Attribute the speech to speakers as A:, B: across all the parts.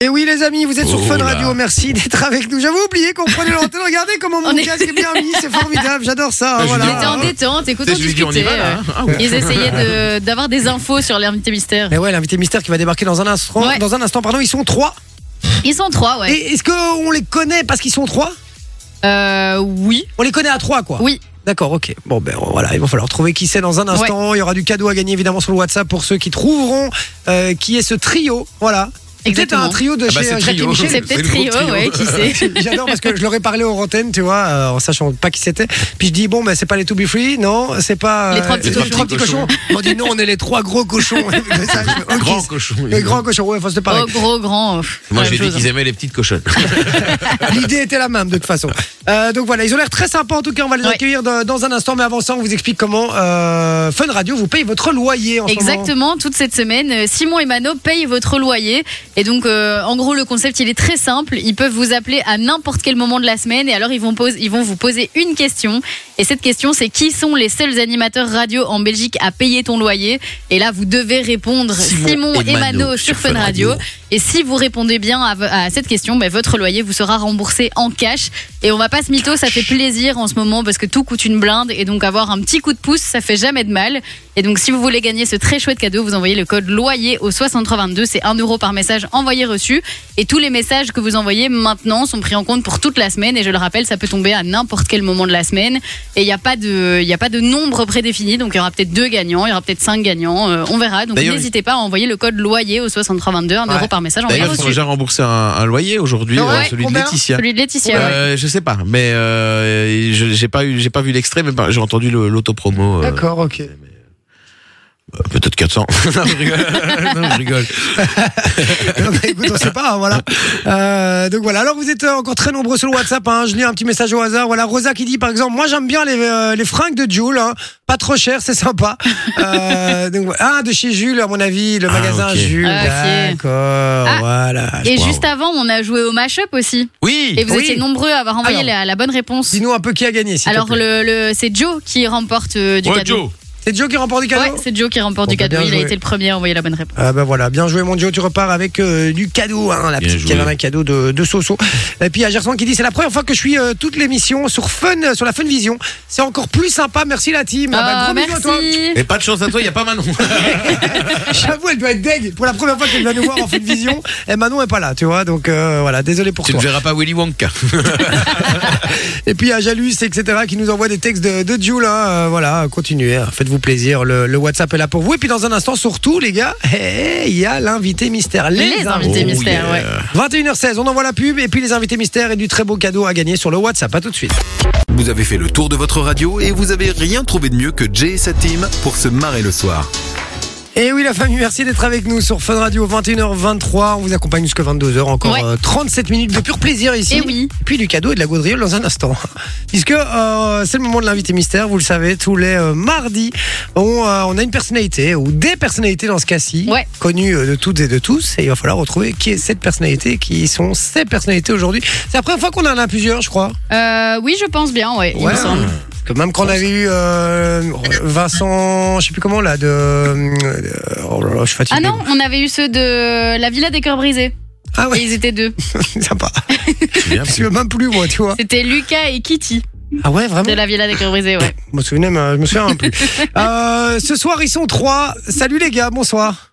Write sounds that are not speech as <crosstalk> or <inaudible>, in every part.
A: Et oui les amis, vous êtes sur
B: Oh
A: Fun
B: là.
A: Radio, merci d'être avec nous. J'avais oublié qu'on prenait l'antenne, regardez comment mon
C: On est-
A: casque est bien mis, c'est formidable, j'adore ça.
B: Ah,
A: voilà.
C: Ils étaient en détente, écoutons
B: C'est juste dit, on y
C: discuter.
B: va, là, hein. Ah
C: euh, Ils essayaient de- d'avoir des infos sur l'invité mystère.
A: Mais ouais, l'invité mystère qui va débarquer dans un instant,
C: Ouais.
A: dans un instant pardon, ils sont trois.
C: Ils sont trois, ouais.
A: Et est-ce qu'on les connaît parce qu'ils sont trois
C: Euh, oui,
A: On les connaît à trois quoi
C: oui.
A: D'accord, ok. Bon ben voilà, il va falloir trouver qui c'est dans un instant. Il y aura du cadeau à gagner évidemment sur le WhatsApp pour ceux qui trouveront euh, qui est ce trio. Voilà. C'est Peut-être
C: Exactement.
A: un trio de
B: Ah bah,
A: chez
B: c'est
A: euh,
B: trio.
A: Jackie Michel.
C: C'est
B: C'est
C: peut-être
B: le groupe
C: trio,
B: trio.
C: ouais, qui sait.
A: <laughs> J'adore parce que je leur ai parlé aux antennes, tu vois, euh, en sachant pas qui c'était. Puis je dis bon, ben c'est pas les To Be Free, non, c'est pas euh,
C: Les trois petits
A: trois cochons.
C: cochons.
A: On dit non, on est les trois gros
C: <laughs>
A: cochons. <laughs> Ça, je- ok,
C: Ah,
B: Grand
A: c'est-
B: cochon.
A: les grands cochons, ouais, enfin, c'était pareil.
C: Oh, gros, grand. pff,
B: Moi,
C: la
B: j'ai
C: même
B: dit
C: chose. hein.
B: qu'ils aimaient les petites cochonnes.
A: <laughs> L'idée était la même de toute façon. Euh, donc voilà, ils ont l'air très sympas. En tout cas, on va les
C: Ouais.
A: accueillir dans, dans un instant. Mais avant ça, on vous explique comment euh, Fun Radio vous paye votre loyer en ce moment.
C: Exactement, toute cette semaine, euh, Simon et Mano payent votre loyer. Et donc, euh, en gros, le concept, il est très simple. Ils peuvent vous appeler à n'importe quel moment de la semaine et alors ils vont, pose- ils vont vous poser une question. Et cette question, c'est qui sont les seuls animateurs radio en Belgique à payer ton loyer Et là, vous devez répondre Simon,
B: Simon
C: et,
B: et
C: Mano,
B: Mano
C: sur Fun Radio. Et si vous répondez bien à, à cette question, ben, votre loyer vous sera remboursé en cash. Et on va pas se mytho, ça fait plaisir en ce moment parce que tout coûte une blinde. Et donc avoir un petit coup de pouce, ça fait jamais de mal. Et donc si vous voulez gagner ce très chouette cadeau, vous envoyez le code loyer au 6322. C'est 1 euro par message envoyé reçu. Et tous les messages que vous envoyez maintenant sont pris en compte pour toute la semaine. Et je le rappelle, ça peut tomber à n'importe quel moment de la semaine. Et il n'y a, pas de- il y a pas de nombre prédéfini. Donc il y aura peut-être deux gagnants, il y aura peut-être cinq gagnants. Euh, on verra. Donc
B: D'ailleurs,
C: n'hésitez pas à envoyer le code loyer au 6322. 1 euro
A: Ouais.
C: par message envoyé
B: D'ailleurs, ils ont
C: reçu.
B: déjà remboursé un, un loyer aujourd'hui,
A: Ouais,
B: euh, celui de
A: combien
B: Laetitia.
C: Celui de Laetitia. ouais.
B: Euh, je sais pas, mais euh, je- j'ai pas eu, j'ai pas vu l'extrait, mais bah, j'ai entendu le- l'autopromo. euh,
A: D'accord, ok.
B: euh, Peut-être
C: <laughs>
B: 400. non, je rigole. Non, je rigole.
A: <laughs> Non, bah, écoute, on sait pas, hein, voilà. Euh, donc voilà. Alors vous êtes euh, encore très nombreux sur le WhatsApp. hein. Je lis un petit message au hasard. Voilà, Rosa qui dit par exemple, moi j'aime bien les, euh, les fringues de Jules, hein. pas trop cher, c'est sympa. Euh, donc, ah, de chez Jules à mon avis, le
B: Ah,
A: magasin
B: ok.
A: Jules.
C: Ah, ok.
A: D'accord,
C: Ah.
A: voilà.
C: Et
B: Wow.
C: juste avant, on a joué au mash-up aussi.
B: Oui.
C: Et vous
A: Oui.
C: étiez nombreux à avoir envoyé
A: Alors.
C: la, la bonne réponse.
A: Dis-nous un peu qui a gagné. s'il te
C: Alors,
A: plaît.
C: le, le- c'est Joe qui remporte euh, du
B: Ouais,
C: cadeau.
B: Joe.
A: c'est Joe qui remporte du
C: Ouais,
A: cadeau.
C: c'est Joe qui remporte
A: Bon,
C: du
A: bah,
C: cadeau.
A: bien
C: Il a
A: joué.
C: été le premier à envoyer la bonne réponse.
A: Ah bah voilà, bien joué mon Joe, tu repars avec euh, du cadeau, hein, la
B: Bien
A: petite
B: joué.
A: caverne à cadeau de, de Soso. Et puis il y a Gerson qui dit c'est la première fois que je suis euh, toute l'émission sur Fun, euh, sur la Fun Vision. C'est encore plus sympa, merci la team. Ah bah,
C: Ah,
A: gros bisous à toi.
C: merci.
B: Et pas de chance à toi, il y a pas Manon.
C: <laughs>
A: J'avoue, elle doit être deg pour la première fois qu'elle vient nous voir en Fun Vision. <laughs> Et Manon est pas là, tu vois, donc euh, voilà, désolé pour
B: tu ne
A: toi.
B: verras pas Willy Wonka.
A: Et puis il y a Jalus, etc., qui nous envoie des textes de, de Jules. hein, euh, voilà, continuez, hein, faites-vous plaisir, le, le WhatsApp est là pour vous. Et puis dans un instant, surtout les gars, <laughs> hé, hé, il y a l'invité mystère. Les,
C: Les
B: Oh,
C: invités mystères, ouais.
A: 21h16, on envoie la pub et puis les invités mystères et du très beau cadeau à gagner sur le WhatsApp. À tout de suite.
D: Vous avez fait le tour de votre radio et vous avez rien trouvé de mieux que Jay et sa team pour se marrer le soir.
A: Et oui, la famille, merci d'être avec nous sur Fun Radio 21h23. On vous accompagne jusqu'à 22h, encore
C: Ouais.
A: euh, 37 minutes de pur plaisir ici.
C: Eh oui.
A: Puis du cadeau et de la gaudriole dans un instant. <laughs> Puisque euh, c'est le moment de l'invité mystère, vous le savez, tous les euh, mardis, on, euh, on a une personnalité ou des personnalités dans ce cas-ci,
C: Ouais.
A: connues euh, de toutes et de tous. Et il va falloir retrouver qui est cette personnalité, qui sont ces personnalités aujourd'hui. C'est la première fois qu'on en a plusieurs, je crois.
C: Euh, oui, je pense bien, ouais, il me
A: Ouais. hein.
C: semble.
A: Que même quand on avait eu euh, Vincent, je sais plus comment là, de. euh, oh là là, je suis fatigué.
C: Ah non, on avait eu ceux de la Villa des Cœurs Brisés.
A: Ah <laughs>
C: Et
A: oui,
C: ils étaient deux.
A: sympa.
B: Tu viens,
C: <laughs>
A: Je
B: parce
A: me
B: que-
A: souviens même plus, moi, tu vois.
C: C'était Lucas et Kitty
A: Ah ouais, vraiment
C: de la Villa des Cœurs Brisés, ouais.
A: Je me souvenais, mais je me souviens même
C: <laughs>
A: plus. Euh, ce soir, ils sont trois. Salut les gars, bonsoir.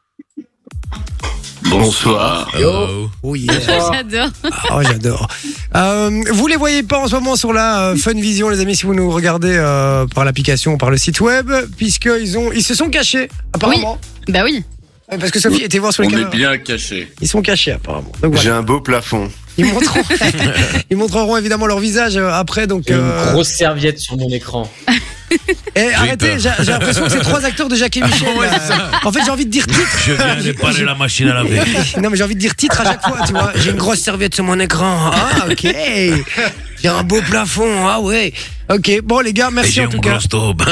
E: Bonsoir.
B: Hello.
A: Oui.
C: J'adore.
A: Oh, j'adore. Euh, vous les voyez pas en ce moment sur la euh, Fun Vision, les amis, si vous nous regardez euh, par l'application, par le site web, puisqu'ils ont, ils se sont cachés, apparemment.
C: Bah oui.
A: Euh, Parce que Sophie était voir sur les
E: On est
A: caméras.
E: bien caché.
A: Ils sont cachés, apparemment. Donc, voilà.
F: J'ai un beau plafond.
A: Ils montreront, <laughs> ils montreront évidemment leur visage euh, après. Donc,
G: Et
A: euh,
G: Une grosse serviette sur mon écran.
A: eh, arrêtez,
B: peur.
A: j'ai j'ai l'impression que c'est trois acteurs de Jacques et Michel. là. en fait, j'ai envie de dire titre.
B: Je
C: <laughs>
B: viens dépanner la machine à laver.
A: Non, mais j'ai envie de dire titre à chaque fois, tu vois. J'ai une grosse serviette sur mon écran. Ah, ok. J'ai un beau plafond. Ah, ouais. Ok, bon les gars,
B: Et
A: merci
B: j'ai
A: en
B: une
A: tout cas.
B: grosse taube.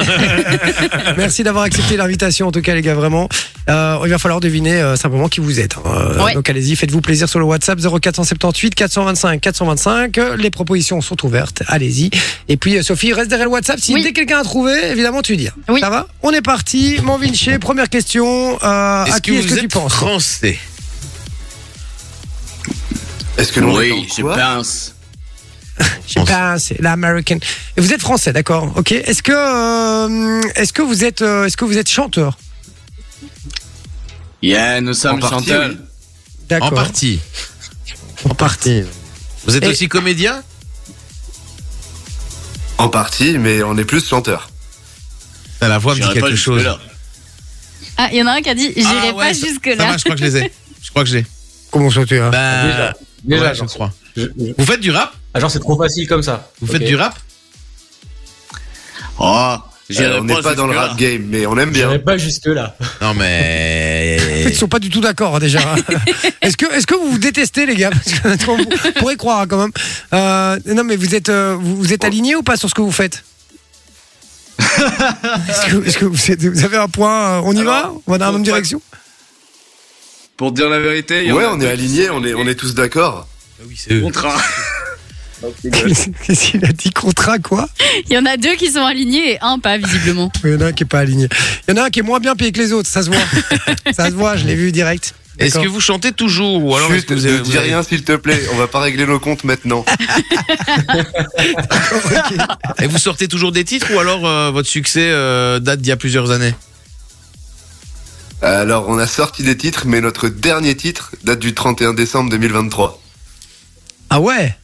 A: Merci d'avoir accepté l'invitation en tout cas les gars, vraiment. Euh, il va falloir deviner euh, simplement qui vous êtes. hein. Euh,
C: Ouais.
A: Donc allez-y, faites-vous plaisir sur le WhatsApp 0478 425 425. Euh, Les propositions sont ouvertes, allez-y. Et puis euh, Sophie, reste derrière le WhatsApp. Si
C: Oui.
A: dès que quelqu'un a trouvé, évidemment tu dis. hein.
C: Oui.
A: Ça va On est parti. Mon Vinci, première question. Euh, à
B: Est-ce
A: qui
B: que
A: est-ce que
B: vous
A: tu
B: êtes
A: penses
B: français
E: Est-ce que l'on est dans quoi
F: pense.
A: Je sais pas, c'est l'American. Et vous êtes français, d'accord Ok. Est-ce que, euh, est-ce que vous êtes, euh, est-ce que vous êtes chanteur
F: Yeah, nous
E: En partie, oui.
B: En
A: D'accord.
B: partie. En partie. Vous êtes
A: Et-
B: aussi comédien
E: En partie, mais on est plus chanteur.
B: Putain, La voix me dit
F: J'irai
B: quelque chose.
F: jusque-là.
C: Ah, il y en a un qui a dit J'irai
B: Ah ouais,
C: pas
B: ça- Ça
C: jusque-là.
B: va, je crois que je les ai. Je crois que je l'ai.
A: Comment ça tu hein? as
B: Bah,
G: Déjà,
B: ouais, je
G: genre,
B: crois.
G: je- je-
B: Vous faites du rap
G: Ah, genre, c'est trop facile comme ça.
B: Vous faites du rap
F: Oh,
E: Euh,
F: j'irai
E: on n'est pas dans le
F: jusque-là.
E: rap game, mais on aime bien.
G: J'irai pas jusque-là.
B: Non mais.
A: Ils sont pas du tout d'accord déjà. <laughs> est-ce que, est-ce que vous vous détestez les gars Parce que on pourrait croire hein, quand même. Euh, non mais vous êtes, euh, vous, vous êtes aligné ou pas sur ce que vous faites Est-ce que, est-ce que vous, êtes- vous avez un point euh, On y va
F: Alors,
A: On va dans la
F: on
A: même
F: va-
A: direction
F: Pour te dire la vérité, il y en
E: Ouais,
F: a
E: on
F: deux
E: est
F: qui
E: alignés,
F: sont
E: on est, on
F: alignés
E: est tous d'accord.
B: Oui, c'est eux.
F: contre un.
A: <laughs> Qu'est-ce qu'il a dit Contrat quoi
C: Il y en a deux qui sont alignés et un
A: <laughs>
C: pas, visiblement.
A: Il y en a un qui est pas aligné. Il y en a un qui est moins bien payé que les autres, ça se voit. ça se voit, je l'ai vu direct.
B: <laughs> Est-ce
A: D'accord.
B: que vous chantez toujours ou alors est-ce
E: Chut,
B: que vous
E: ne
B: avez-
E: dis rien s'il te plaît, on va pas régler nos comptes maintenant.
A: Ok.
B: Et vous sortez toujours des titres ou alors euh, votre succès euh, date d'il y a plusieurs années
E: Alors, on a sorti des titres, mais notre dernier titre date du 31 décembre 2023.
A: Ah ouais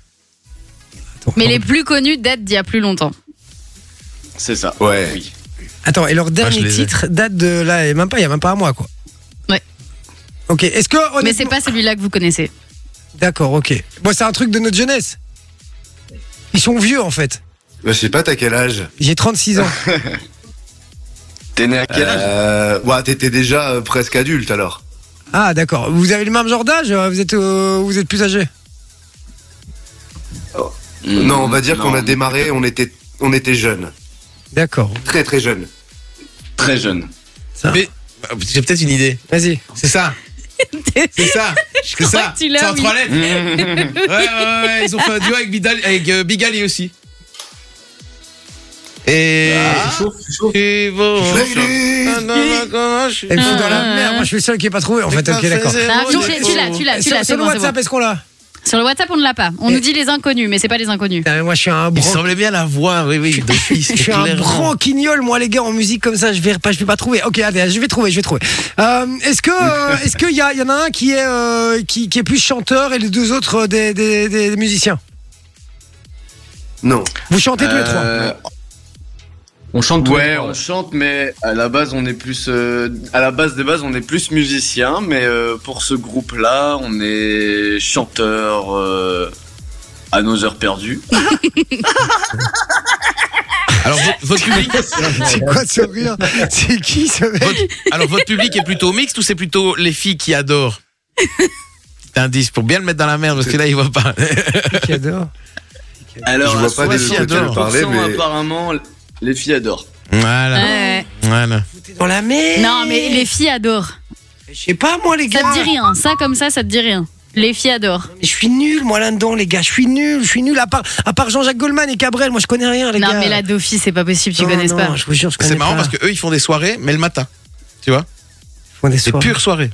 A: Attends,
C: Mais les plus connus datent d'il y a plus longtemps.
F: <laughs> C'est ça.
E: Ouais.
F: Oui.
A: Attends, et leur
B: je
A: dernier
B: les ai.
A: titre date de là, et même pas, il y a même pas un mois quoi.
C: Ouais.
A: Ok, est-ce que.
C: Mais
A: honnêtement-
C: c'est pas celui-là que
A: <laughs>
C: vous connaissez.
A: D'accord, ok. Bon, c'est un truc de notre jeunesse. Ils sont vieux en fait.
E: Bah, je sais pas, t'as quel âge
A: J'ai 36 ans.
B: <laughs>
F: T'es né à quel âge
E: euh, Ouais, t'étais déjà euh, presque adulte alors.
A: Ah d'accord. Vous avez le même genre d'âge euh, Vous êtes euh, vous êtes plus âgé
E: Non, on va dire qu'on a
F: Hmm. Euh, non,
E: démarré, on était, on était jeune.
A: D'accord.
E: Très très jeune.
F: Très jeune.
A: Ça.
B: Mais- Bah, J'ai peut-être une idée.
A: Vas-y.
B: C'est ça. C'est ça. C'est
C: crois
B: ça.
C: que tu l'as,
B: C'est en
C: oui.
B: trois lettres. Ouais, ouais, ouais, ils ont fait un duo avec, Vidal, avec euh, Bigali aussi. Et.
G: Je suis chaud, je suis chaud.
B: Et bon.
A: Et me fous dans
C: Ah,
A: la merde.
C: ah,
A: Moi, je suis le seul qui est pas trouvé en fait. Ok, d'accord.
C: Ah, tu l'as, tu l'as, tu l'as, tu
A: Sur,
C: l'as,
A: sur
C: c'est
A: le
C: bon, c'est
A: WhatsApp,
C: bon.
A: est-ce qu'on l'a
C: Sur le WhatsApp, on ne l'a pas. On
A: Et-
C: nous dit les inconnus, mais c'est pas les inconnus.
A: Putain, Moi, je suis un
B: Il
A: bro-
B: semblait bien la voir, oui, oui, d'office.
A: Je suis un
B: clairement.
A: branquignol, moi, les gars, en musique comme ça, je vais pas, je vais pas trouver. Ok, allez, je vais trouver, je vais trouver. Euh, est-ce que, euh, est-ce qu'il y, a- y en a un qui est, euh, qui, qui est plus chanteur et les deux autres euh, des, des, des musiciens
E: Non.
A: Vous chantez tous les trois.
F: Euh,
G: On chante tous les
F: Ouais,
G: trois,
F: on chante, mais à la base, on est plus. euh, à la base des bases, on est plus musicien, mais euh, pour ce groupe-là, on est chanteur euh, à nos heures perdues.
B: Alors, vo- votre <laughs> public,
A: <laughs> C'est quoi ce rire C'est qui ce mec
B: votre, alors, votre public est plutôt mixte ou c'est plutôt les filles qui adorent Petit indice pour bien le mettre dans la merde parce que là, il voit <laughs> pas.
A: qui adore
F: Alors,
E: Je vois
F: à
E: pas
B: de
F: 60%,
B: quoi tu veux
E: parler, mais-
F: apparemment, les filles adorent.
A: Ah.
B: Voilà.
C: Ouais.
B: Voilà.
A: Dans la mer
C: Non, mais les filles adorent.
A: Je sais pas, moi, les
C: Ça
A: gars.
C: te dit rien. Ça, comme ça, ça te dit rien. Les filles adorent.
A: Je suis nul, moi, là-dedans, les gars. Je suis nul, je suis nul. À part, à part Jean-Jacques Goldman et Cabrel, moi, je connais rien, les
C: non,
A: gars.
C: mais la Dauphine, c'est pas possible, tu
A: Non,
C: connais
A: non,
C: pas.
A: Je vous jure, je connais
B: C'est marrant
A: pas.
B: parce que eux, ils font des soirées, mais le matin. Tu vois
A: Ils font des
B: C'est
A: soirées.
B: pure soirée.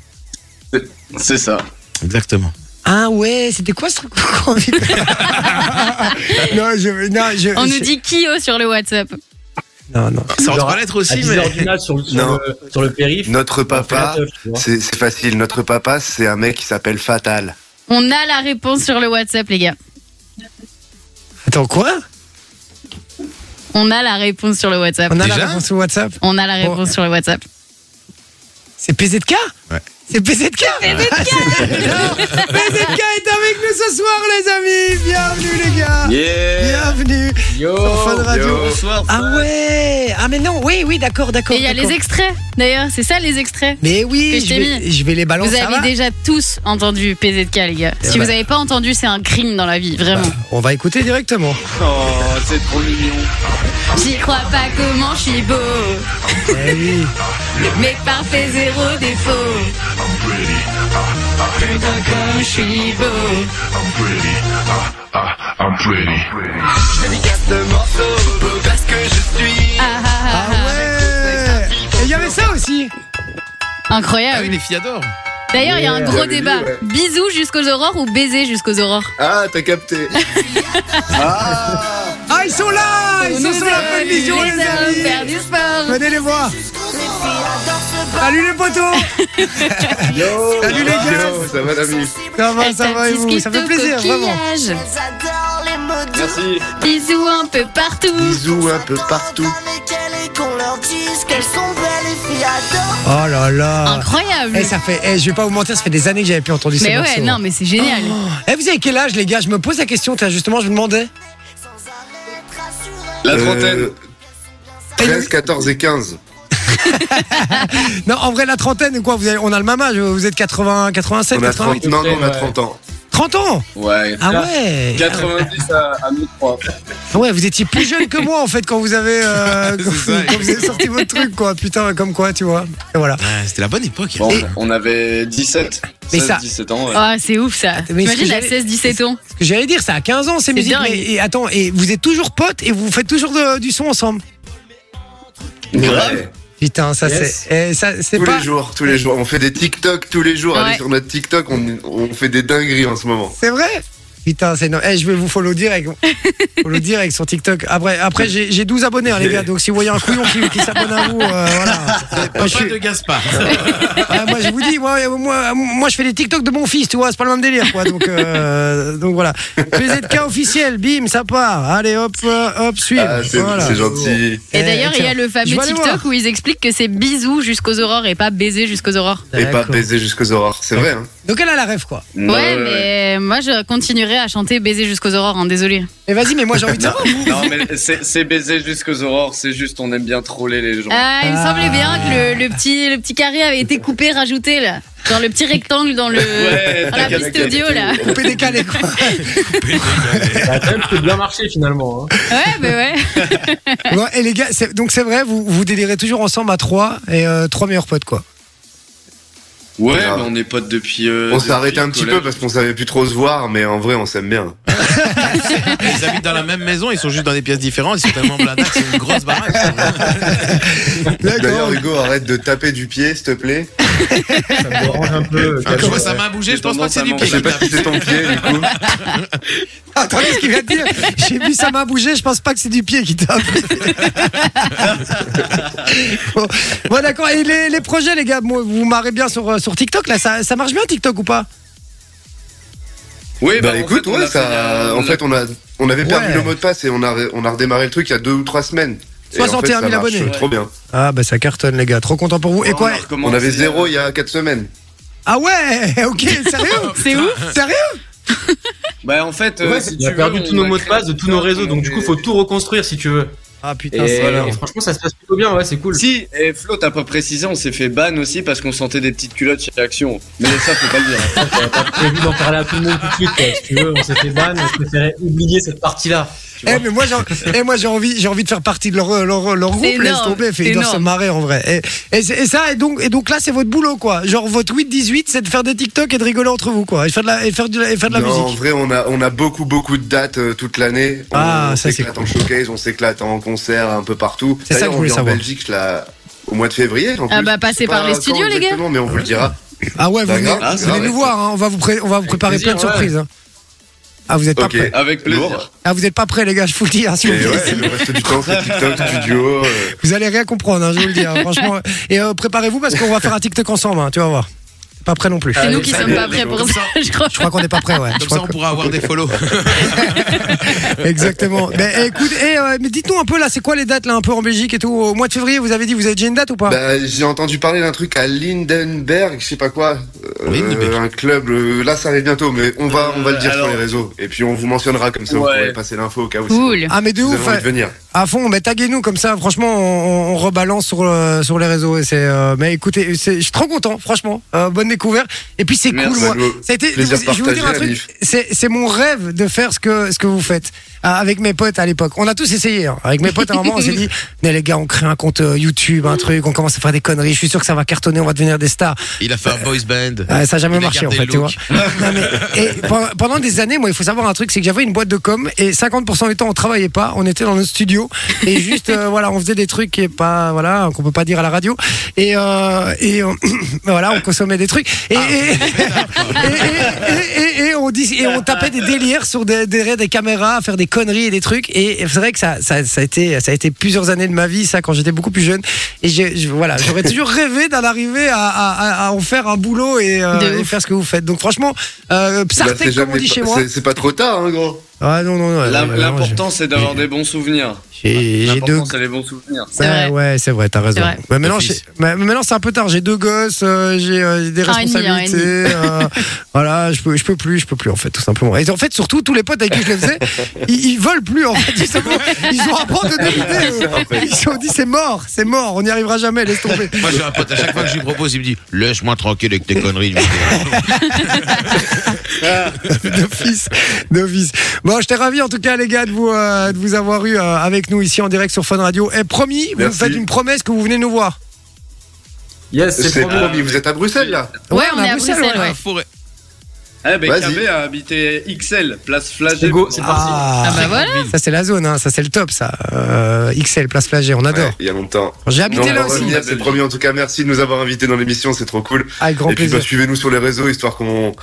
F: C'est ça.
B: Exactement.
A: Ah ouais, c'était quoi ce truc qu'on vit <laughs> Non, je, non, je.
C: On
A: je-
C: nous dit Kyo sur le WhatsApp.
A: Non, non.
B: C'est en
G: Genre,
B: trois lettres
G: À
B: aussi,
G: 10h
B: mais.
G: du mat sur, le- sur
E: Non.
G: le, sur le périph.
E: Notre
G: on fait la
E: papa,
G: teuf, tu vois.
E: c'est c'est facile. Notre papa, c'est un mec qui s'appelle Fatal.
C: On a la réponse sur le WhatsApp, les gars.
A: Attends, quoi
C: On a la réponse sur le WhatsApp.
A: On a la
B: Déjà
A: réponse sur WhatsApp
C: On a la réponse sur le WhatsApp.
A: C'est PZK
B: Ouais.
A: C'est PZK PZK
C: <laughs>
A: PZK est avec nous ce soir, les amis Bienvenue, les gars
F: Yeah
A: Bienvenue
G: Yo
A: sur Fun Radio
F: Bonsoir.
B: <laughs>
A: Ah ouais Ah mais non, oui, oui, d'accord, d'accord.
C: Et il y a les
A: d'accord.
C: extraits, d'ailleurs. C'est ça, les extraits.
A: Mais oui,
C: que
A: je
C: je t'ai
A: vais, je vais les balancer.
C: Vous
A: ça
C: avez
A: va
C: déjà tous entendu PZK, les gars. Si
A: bah.
C: vous n'avez pas entendu, c'est un crime dans la vie, vraiment.
A: On va écouter directement.
F: Oh, c'est trop mignon.
C: J'y crois pas comment je suis beau,
A: Eh oui.
C: mais parfait zéro défaut. Putain, comme je suis beau. Ah, ah, ah,
A: Ah ouais Et il y avait ça aussi
C: ah.
B: Ah oui,
C: Incroyable.
B: Ah
A: Ah
B: les filles adorent.
C: D'ailleurs, il y a un
E: Ouais,
C: gros
E: j'avais
C: débat.
E: dit, ouais.
C: Bisous jusqu'aux aurores ou baiser jusqu'aux aurores
E: Ah, t'as capté. Ah
A: Ah, ils sont là Ils sont sur la bonne vision, les amis
C: faire du sport.
A: Venez les voir Salut les potos
E: Yo
A: Salut, les gars.
E: Yo, ça va, l'ami
A: Ça va,
C: Avec
A: Bah, ça
C: un
A: va, et
C: petit
A: vous
C: skip
A: Ça fait
C: de
A: plaisir, vraiment
C: coquillage.
F: Merci.
C: Bisous un peu partout.
E: Bisous un peu partout.
A: Oh là là
C: Incroyable.
A: Eh, ça fait, eh, je vais pas vous mentir, ça fait des années que j'avais plus entendu ces
C: Mais ouais,
A: morceaux.
C: non, mais c'est génial.
A: Eh, vous avez quel âge, les gars Je me pose la question, tiens, justement, je me demandais.
F: La
E: Euh,
F: trentaine.
A: Eh,
E: 13, 14 et 15.
A: Non, en vrai, la trentaine, quoi, vous avez- on a le même âge, vous êtes 80, 87,
E: On a
A: 88
E: 30, non, non, on a
G: Ouais.
E: 30 ans.
A: 30 ans
F: Ouais.
A: Ah ouais
F: 90 à, à nous trois.
A: Ah Ouais, vous étiez plus jeune que moi, en fait, quand vous avez,
E: <laughs>
A: euh, quand,
B: ça.
A: quand vous avez sorti votre truc, quoi. Putain, comme quoi, tu vois. Et voilà.
B: Ouais, C'était la bonne époque.
F: Bon, on avait 17.
A: Mais
F: 16,
A: ça-
F: 17 ans. ouais.
C: Ah, c'est ouf ça.
A: Mais ce que
C: T'imagines à
A: j'avais-
C: 16-17 ans.
A: Ce que j'allais dire, c'est à 15 ans, ces musiques.
C: dingue.
A: mais- et attends, et vous êtes toujours potes et vous faites toujours de- du son ensemble.
E: Ouais.
A: Putain, ça
G: Yes.
A: c'est. eh, ça, c'est
E: Tous
A: pas.
E: les jours, tous les jours. On fait des TikTok tous les jours.
C: Ouais.
E: Allez sur notre TikTok, on, on fait des dingueries en ce moment.
A: C'est vrai Putain, c'est. no- Eh, je vais vous follow
C: <laughs>
A: direct. follow direct sur TikTok. Après, après j'ai j'ai 12 abonnés, hein, les gars. Donc si vous voyez un couillon qui, qui s'abonne à vous, euh,
C: <laughs>
A: voilà. Moi
B: Pas
A: je, suis-
B: de Gaspard.
A: ouais, moi, je vous dis, moi, moi, moi, je fais les TikTok de mon fils, tu vois. C'est pas le même délire, quoi. Donc, euh, donc voilà. PZK officiel, bim, ça part. Allez, hop, euh, hop, suivre.
E: Ah, c'est
A: Voilà.
E: c'est gentil.
C: Et d'ailleurs, il y a le
A: Eh, Je
C: fameux
A: vais aller
C: TikTok où ils expliquent que c'est bisous jusqu'aux aurores et pas baiser jusqu'aux aurores.
E: Et pas
A: D'accord.
E: baiser jusqu'aux aurores. C'est vrai, hein.
A: Donc elle a la rêve, quoi.
C: Bah Ouais, mais moi je continuerai à chanter baiser jusqu'aux aurores, hein, désolé.
A: Mais vas-y, mais moi j'ai envie de
F: Non,
A: savoir.
F: non, mais c'est c'est baiser jusqu'aux aurores, c'est juste on aime bien troller les gens.
C: Ah, il me
A: Ah.
C: semblait bien que le, le petit, le petit carré avait été coupé, rajouté là. Dans le petit rectangle dans le.
F: Ouais,
C: euh, dans la
F: t'inquiète,
C: piste
F: t'inquiète.
C: audio là.
A: Coupé décalé, quoi. <laughs>
G: Ça a quand même plutôt bien marché finalement. hein.
C: Ouais, bah ouais.
A: Ouais, et les gars, c'est- donc c'est vrai, vous, vous délirez toujours ensemble à trois et euh, trois meilleurs potes, quoi.
F: Ouais,
E: Grave.
F: mais on est potes depuis. euh,
E: On
F: depuis
E: s'est arrêté un
F: le
E: petit peu
F: collège.
E: parce qu'on savait plus trop se voir, mais en vrai, on s'aime bien.
B: Ils habitent dans la même maison, ils sont juste dans des pièces différentes. Ils sont tellement blindés que c'est une
A: <laughs>
B: grosse baraque.
E: D'ailleurs, Hugo, arrête de taper du pied, s'il te plaît.
G: Ça me dérange un peu.
B: Enfin, je vois sa main bouger, je pense pas que c'est du pied.
E: Je sais pas si c'est ton pied, du <laughs> coup.
A: Attends, qu'est-ce Ah, qu'il vient de dire J'ai vu sa main bouger, je pense pas que c'est du pied qui tape. <laughs> bon, bon, d'accord, et les, les projets, les gars, bon, vous vous marrez bien sur, euh, sur TikTok, là, ça, ça marche bien TikTok ou pas
F: Oui,
E: Bah, écoute, ouais, ça. En fait, on a, on avait perdu
A: Ouais.
E: le mot de passe et on a, re- on a redémarré le truc il y a deux ou trois semaines. Et en fait,
A: 61 000
E: ça marche
A: abonnés.
E: Trop bien.
A: Ah, bah ça cartonne, les gars, trop content pour vous. Et quoi
E: On avait zéro il y a quatre semaines.
A: Oh. Ah ouais <laughs> Ok, sérieux
C: C'est ouf.
A: Sérieux
F: Bah, en fait, euh,
G: Ouais,
F: si
G: on a
F: tu
G: perdu
F: veux,
G: tous
F: on
G: nos
F: a
G: mots de
F: créé
G: passe de tous nos réseaux, donc du coup, faut tout reconstruire si tu veux.
A: Ah putain,
G: Et,
A: c'est
G: et franchement, ça se passe plutôt bien, ouais, c'est cool.
F: Si, et Flo, t'as pas précisé, on s'est fait ban aussi parce qu'on sentait des petites culottes chez Action. Mais ça, faut pas le dire.
G: T'as pas prévu d'en parler à tout le monde tout de suite, quoi. Si tu veux, on s'est fait ban, je préférais oublier cette partie-là. tu
A: Eh
G: vois.
A: mais moi j'ai eh, moi j'ai envie j'ai envie de faire partie de leur euh, leur, leur groupe
C: C'est
A: laisse
C: énorme,
A: tomber fait,
C: c'est
A: ils doivent
C: énorme.
A: se marrer en vrai et, et, c'est- et ça et donc et donc là c'est votre boulot quoi genre votre 8 18 c'est de faire des TikTok et de rigoler entre vous quoi et faire de la et faire de la, et faire de la
E: Non, en
A: musique
E: vrai, on a, on a beaucoup, beaucoup de dates euh, toute l'année. On,
A: Ah,
E: on
A: ça, c'est
E: s'éclate en showcase, on s'éclate en concert un peu partout.
A: C'est ça
E: D'ailleurs,
A: que je
E: on
A: voulais
E: vient en
A: savoir.
E: Belgique là, au mois de février. en
C: Ah
E: plus.
C: bah, passez
E: Je sais
C: par
E: pas
C: les
E: quand
C: studios, les gars.
E: exactement, Mais on vous le dira.
C: <laughs>
A: ah ouais vous
E: Bah,
A: venez,
E: grave,
A: vous
E: grave,
A: venez nous
E: ouais.
A: voir hein, on va vous pré- on va vous préparer
G: plaisir,
A: plein de
G: ouais.
A: surprises hein. ah vous êtes pas
E: Ok.
A: prêts
F: Avec plaisir.
E: Lourd.
A: ah vous êtes pas prêts les gars je vous le dis hein, si
E: Et
A: vous, voulez.
E: ouais, le reste du temps,
C: <laughs>
E: c'est TikTok, studio. euh,
A: Vous allez rien comprendre hein, je vous le dis hein, franchement et euh, préparez-vous parce qu'on va faire un TikTok ensemble hein, tu vas voir pas prêts non plus
C: C'est nous
G: Allez,
C: qui sommes
G: salut,
C: pas
E: les
C: prêts pour
E: gars.
C: ça, <laughs> je crois.
A: je crois qu'on n'est pas prêts ouais Je
B: Comme
A: crois
B: ça, on pourra avoir des follow. <laughs>
A: Exactement. Mais eh, écoute, eh, euh, mais dites-nous un peu là, c'est quoi les dates là un peu en Belgique et tout Au mois de février, vous avez dit, vous avez déjà une date ou pas
E: Bah, j'ai entendu parler d'un truc à Lindenberg, je sais pas quoi. Euh,
B: Lindenberg.
E: un club. euh, là, ça arrive bientôt, mais on va, on va le dire
A: Euh,
F: alors-
E: sur les réseaux. Et puis, on vous mentionnera comme ça. Vous
F: Ouais.
E: pourrez passer l'info au cas où. si
C: Cool.
A: Ah mais de
E: Vous
A: ouf,
E: avez envie de
A: hein.
E: venir.
A: à fond, mais taguez-nous comme ça, franchement, on, on- on rebalance sur, euh, sur les réseaux. Et c'est, euh, mais écoutez, c'est- je suis trop content, franchement, Euh, bonne découverte. Et puis c'est cool,
F: Merci.
A: moi.
E: Salut.
A: Ça a été,
E: Plaisir
A: je vais vous dire un
E: partagé,
A: truc,
E: Alif.
A: c'est c'est mon rêve de faire ce que, ce que vous faites euh, avec mes potes à l'époque. On a tous essayé, hein. avec mes potes à un moment on s'est dit,
E: <laughs>
A: mais les gars, on crée un compte euh, YouTube, un truc, on commence à faire des conneries, je suis sûr que ça va cartonner, on va devenir des stars.
B: Il a fait un boys band.
A: Ouais, ça n'a jamais
B: Il a
A: marché en
B: gardé
A: fait,
B: le
A: tu vois.
B: look.
A: <laughs> Non, mais- et pe- pendant des années, moi, il faut savoir un truc, c'est que j'avais une boîte de com et 50% du temps, on travaillait pas, on était dans notre studio radio. Et juste, euh, voilà, on faisait des trucs qui est pas, voilà, qu'on peut pas dire à la radio. Et, euh, et euh, <clears throat> voilà, on consommait des trucs. Et, et- et- et- et- et on dis- et on tapait des délires sur des, des, des caméras, à faire des conneries et des trucs. Et c'est vrai que ça, ça, ça a été, ça a été plusieurs années de ma vie, ça, quand j'étais beaucoup plus jeune. Et j'ai- je- voilà, j'aurais toujours rêvé d'en arriver à, à, à- à en faire un boulot et, euh, et
C: De ouf.
A: faire ce que vous faites. Donc franchement, euh,
E: Bah,
A: Psartec,
E: c'est
A: comme on
E: jamais
A: dit
E: pas-
A: chez moi.
E: c'est- C'est pas trop tard, hein, gros.
A: Ah non, non, non. euh,
F: L'im-
A: vraiment,
F: L'important, c'est d'avoir des bons souvenirs.
A: j'ai- J'ai j'ai deux
F: L'important, c'est les bons souvenirs.
C: C'est
A: Ouais,
C: vrai.
A: ouais, c'est vrai, t'as raison.
C: C'est vrai.
A: Mais maintenant,
B: Office.
A: j'ai- mais maintenant, c'est un peu tard. J'ai deux gosses, euh, j'ai euh, des
C: Un et demi, un et
A: responsabilités. euh, voilà, je peux, je peux plus, je peux plus en fait, tout simplement. Et en fait, surtout tous les potes avec qui je le
E: <laughs>
A: faisais, ils, ils veulent plus en fait. tout simplement. Ils ont appris de débuter. eux. Ils se sont dit c'est mort, c'est mort, on n'y arrivera jamais, laisse tomber.
B: Moi, j'ai un pote, à chaque fois que je lui propose, il me dit Laisse-moi tranquille avec tes conneries. de vidéo.
A: <laughs> d'office, d'office. Bon, j'étais ravi en tout cas les gars de vous, euh, de vous avoir eu euh, avec nous ici en direct sur Fun Radio. Et promis, vous me
E: Merci.
A: faites une promesse que vous venez nous voir.
G: Yes,
E: C'est
G: c'est promis.
E: promis, vous êtes à Bruxelles là
C: Ouais, on est à Bruxelles,
A: ouais.
C: ouais.
B: Ah, forêt.
F: Eh ben,
E: Vas-y.
F: KB a habité XL, place Flagey.
G: C'est go, c'est parti.
A: Ah.
C: Ah bah voilà.
A: Ça c'est la zone, hein. ça c'est le top, ça. Euh, XL, place Flagey, on adore.
E: Ouais, Il y a longtemps.
A: J'ai
E: Non,
A: habité
E: on
A: là
E: va
A: aussi.
E: revenir, c'est promis en tout cas. Merci de nous avoir invités dans l'émission, c'est trop cool.
A: Avec grand
E: Et puis bah,
A: plaisir.
E: suivez-nous sur les réseaux histoire qu'on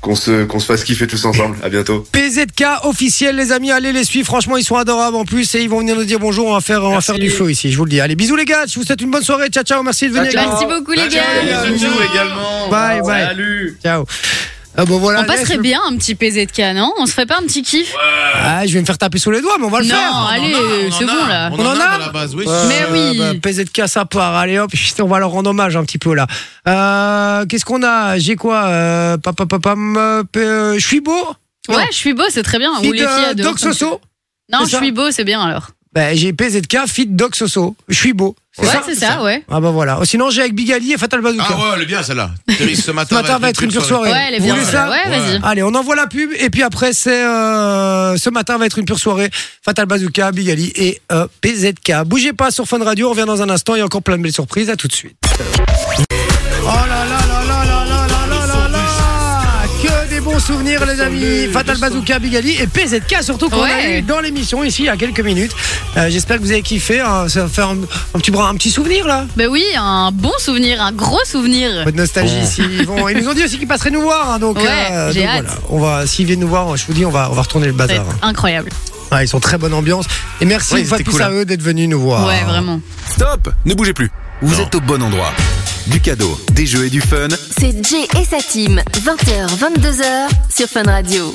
E: qu'on se qu'on se fasse kiffer tous ensemble. À bientôt.
A: PZK officiel, les amis, allez les suivre. Franchement, ils sont adorables en plus et ils vont venir nous dire bonjour. On va faire, on va
G: Merci.
A: faire du flow ici. Je vous le dis. Allez, bisous les gars. Je vous souhaite une bonne soirée. Ciao, ciao. Merci de venir.
G: Ciao, ciao.
C: Merci beaucoup, les gars.
F: Bisous également.
A: Bye, bye.
F: Salut.
A: Ciao. Ah, bon voilà.
C: On passerait
A: laisse-
C: bien un petit PZK, non On se ferait pas un petit kiff
A: Ah, je vais me faire taper sous les doigts, mais on va le
C: Non,
A: faire.
C: allez,
B: On en a, on
C: c'est
B: en a.
C: bon là.
B: On
A: euh, On
B: en
A: en
B: a
A: a
B: dans la base, oui.
A: Euh,
C: Mais oui.
A: PZK, ça part. Allez hop, chut, on va leur rendre hommage un petit peu là. Euh, Qu'est-ce qu'on a J'ai quoi euh, pa, pa, pa, pam, euh, p- euh, Je suis beau Non.
C: Ouais, je suis beau, c'est très bien.
A: Fit,
C: Ou Ah, les filles
A: euh,
C: à deux.
A: Doc
C: comme tu
A: Soso
C: veux. Non,
A: c'est
C: je
A: ça
C: suis beau, c'est bien alors.
A: Ben, j'ai PZK, fit Doc Soso. Je suis beau.
C: Ouais, c'est ça, ouais.
A: Ah bah voilà. Oh, sinon, j'ai avec Bigali et Fatal Bazooka.
B: Ah ouais, elle est bien <laughs> celle-là. Thérèse, ce
A: Ce
B: matin,
A: matin va être une pure soirée.
C: Ouais, elle est
A: Vous
C: bien.
A: voulez
C: celle-là.
A: ça
C: Ouais,
B: Ouais.
C: vas-y.
A: Allez, on envoie la pub et puis après c'est euh, ce matin va être une pure soirée. Fatal Bazooka, Bigali et euh, PZK. Bougez pas sur Fun Radio, on revient dans un instant. Il y a encore plein de belles surprises. À tout de suite. Oh là là là là là là là là là là Que des bons souvenirs les amis. Fatal Bazooka, Bigali et PZK surtout qu'on a
C: Ouais.
A: eu dans l'émission ici il y a quelques minutes. Euh, J'espère que vous avez kiffé. hein. Ça va faire un, un petit bras, un petit souvenir là.
C: Bah oui, un bon souvenir, un gros souvenir.
A: Pas de nostalgie ici. Ils, vont- ils nous ont dit aussi qu'ils passeraient nous voir. hein, donc
C: Ouais,
A: euh,
C: j'ai
A: donc
C: hâte.
A: voilà. on va, s'ils viennent nous voir, je vous dis, on va, on va retourner le
C: Ça
A: bazar.
C: va être incroyable.
A: Ah, ils sont très bonne ambiance. Et merci
B: Ouais,
A: une fois de
B: c'était
A: plus
B: cool,
A: à eux d'être venus nous voir.
C: Ouais, vraiment.
D: Stop Ne bougez plus. Vous êtes au bon endroit. Du cadeau, des jeux et du fun.
H: C'est Jay et sa team, 20h, 22h sur Fun Radio.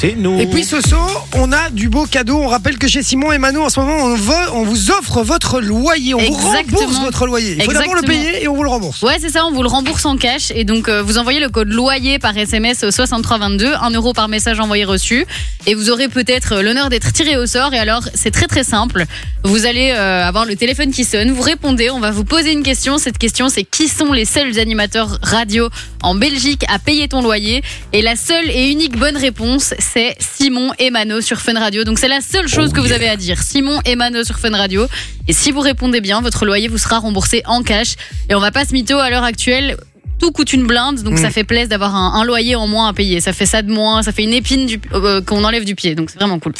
B: C'est nous.
A: Et puis Soso, on a du beau cadeau. On rappelle que chez Simon et Manon, en ce moment, on, veut- on vous offre votre loyer. On vous
C: Exactement.
A: rembourse votre loyer. Il faut d'abord le
C: Exactement.
A: payer et on vous le rembourse.
C: Ouais, c'est ça, on vous le rembourse en cash. Et donc, euh, vous envoyez le code loyer par SMS au 6322, 1 euro par message envoyé reçu. Et vous aurez peut-être euh, l'honneur d'être tiré au sort. Et alors, c'est très très simple. Vous allez euh, avoir le téléphone qui sonne, vous répondez, on va vous poser une question. Cette question, c'est qui sont les seuls animateurs radio en Belgique à payer ton loyer Et la seule et unique bonne réponse, c'est Simon et Mano sur Fun Radio. Donc, c'est la seule chose que vous avez à dire. Simon et Mano sur Fun Radio. Et si vous répondez bien, votre loyer vous sera remboursé en cash. Et on va pas se mytho à l'heure actuelle. Tout coûte une blinde, donc
A: Mm.
C: ça fait plaisir d'avoir un, un loyer en moins à payer. Ça fait ça de moins, ça fait une épine du- euh, qu'on enlève du pied, donc c'est vraiment cool.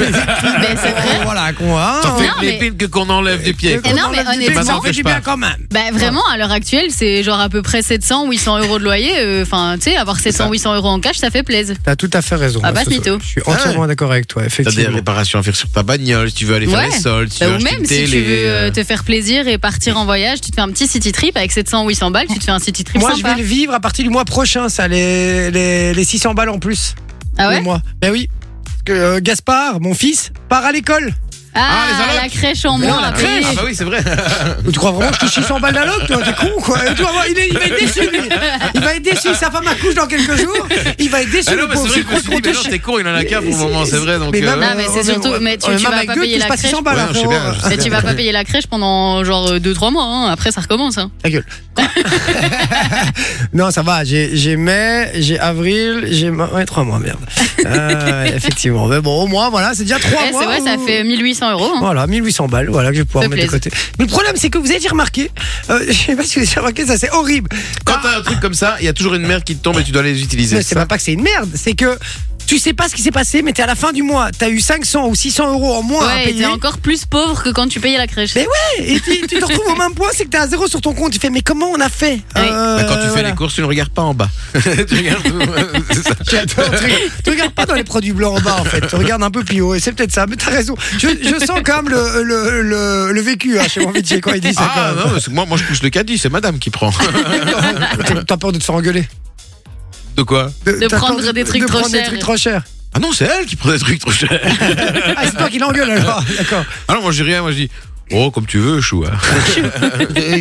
C: Mais c'est vrai.
A: Voilà, qu'on a.
B: Ça fait
C: Non,
B: les
C: mais-
B: piles que qu'on enlève des pieds.
A: qu'on
C: Eh non, mais
A: enlève du bien,
C: honnêtement-
A: ça fait du bien quand même.
C: Bah, vraiment, à l'heure actuelle, c'est genre à peu près 700, 800 euros de loyer. Euh, Enfin, tu sais, avoir 700, 800 euros en cash, ça fait plaisir.
A: T'as tout à fait raison.
C: Ah,
A: là,
C: pas
A: Soso.
C: mytho.
A: Je suis entièrement d'accord avec toi,
B: T'as des
A: effectivement.
B: réparations à faire sur ta bagnole, si tu veux aller faire
C: Ouais.
B: les soldes, si
C: Bah,
B: tu veux
C: ou
B: acheter
C: même
B: une
C: si
B: télé,
C: tu veux euh,
B: euh,
C: te faire plaisir et partir en voyage, tu te fais un petit city trip avec 700, 800 balles, tu te fais un city trip
A: Moi, je
C: sympa.
A: vais le vivre à partir du mois prochain, ça, les, les, les 600 balles en plus.
C: Ah ouais
A: moi. Ben oui. Parce que euh, Gaspard, mon fils, part à l'école.
C: Ah,
B: Ah, les allocs.
C: la crèche en
A: Mais
C: moins
A: non, la
C: à
A: crèche.
C: payer.
B: Ah bah oui, c'est vrai.
A: Tu crois vraiment que je touche 600 balles d'alloc, toi T'es con, quoi. Tu vas voir, il, est- il va être déçu, lui. Il va être déçu. Sa femme accouche dans quelques jours. Il va être déçu,
B: Ah
A: le
B: non,
A: pauvre.
B: mais c'est vrai que je me
A: C'est
B: suis
A: quoi
B: dit,
A: qu'on
B: mais
A: touche
B: non, t'es con, il en a qu'un pour le
A: C'est-
B: moment, c'est vrai. Donc,
A: Mais même,
B: euh,
C: Non, mais c'est
A: euh,
C: surtout-
A: euh,
C: mais tu-
A: même
C: tu vas
A: avec
C: pas
A: deux,
C: payer
A: touche
C: la
A: pas 600
C: crèche.
A: balles,
B: Ouais,
A: hein,
B: je sais bien,
A: frérot.
B: je sais
C: Mais tu vas pas payer la crèche pendant genre 2-3 mois, hein. après ça recommence. Hein.
A: Ta gueule. non, ça va. J'ai j'ai mai, j'ai avril, j'ai. ma- Ouais, trois mois,
C: <laughs>
A: merde. Euh, effectivement. Mais bon, au moins, voilà, c'est déjà trois
C: Eh,
A: mois.
C: c'est vrai, ça
A: où-
C: fait 1800 euros. <laughs> hein.
A: Voilà, 1800 balles, voilà, que je vais pouvoir
C: Ça
A: mettre de
C: plaise.
A: côté. Mais le problème, c'est que vous avez remarqué, euh, <laughs> je sais pas si vous avez remarqué, ça c'est horrible.
B: Quand t'as un truc comme ça, il y a toujours une merde qui te tombe et tu dois les utiliser.
A: Mais c'est pas, pas que c'est une merde, c'est que tu sais pas ce qui s'est passé, mais t'es à la fin du mois, t'as eu 500 ou 600 euros en moins à
C: Ouais, et
A: payer.
C: t'es encore plus pauvre que quand tu payais la crèche.
A: Mais Et puis, tu te retrouves au même point, c'est que t'as un zéro sur ton compte. Tu fais, mais comment on a fait Euh,
B: Bah, quand tu
A: <laughs>
B: fais
A: voilà.
B: les courses, tu ne regardes pas en bas. tu regardes. c'est ça.
A: J'adore, tu regardes- tu regardes pas dans les produits blancs en bas en fait, tu regardes un peu plus haut et c'est peut-être ça, mais t'as raison. Je, je sens quand même le, le, le, le vécu hein, chez mon métier quand il dit ça.
B: Ah non, mais c'est- moi, moi je touche le caddie, c'est madame qui prend.
A: quand même. T'as- T'as peur de te faire engueuler.
B: De quoi
C: De
A: t'as
C: prendre
A: peur
C: des trucs
A: de
C: trop
A: prendre des
C: chers.
A: trucs trop chers.
B: Ah non, c'est elle qui prend des trucs trop chers.
A: Ah, c'est toi qui l'engueule alors. <laughs> D'accord.
B: Alors moi je dis rien, moi je dis oh comme tu veux, chou. hein.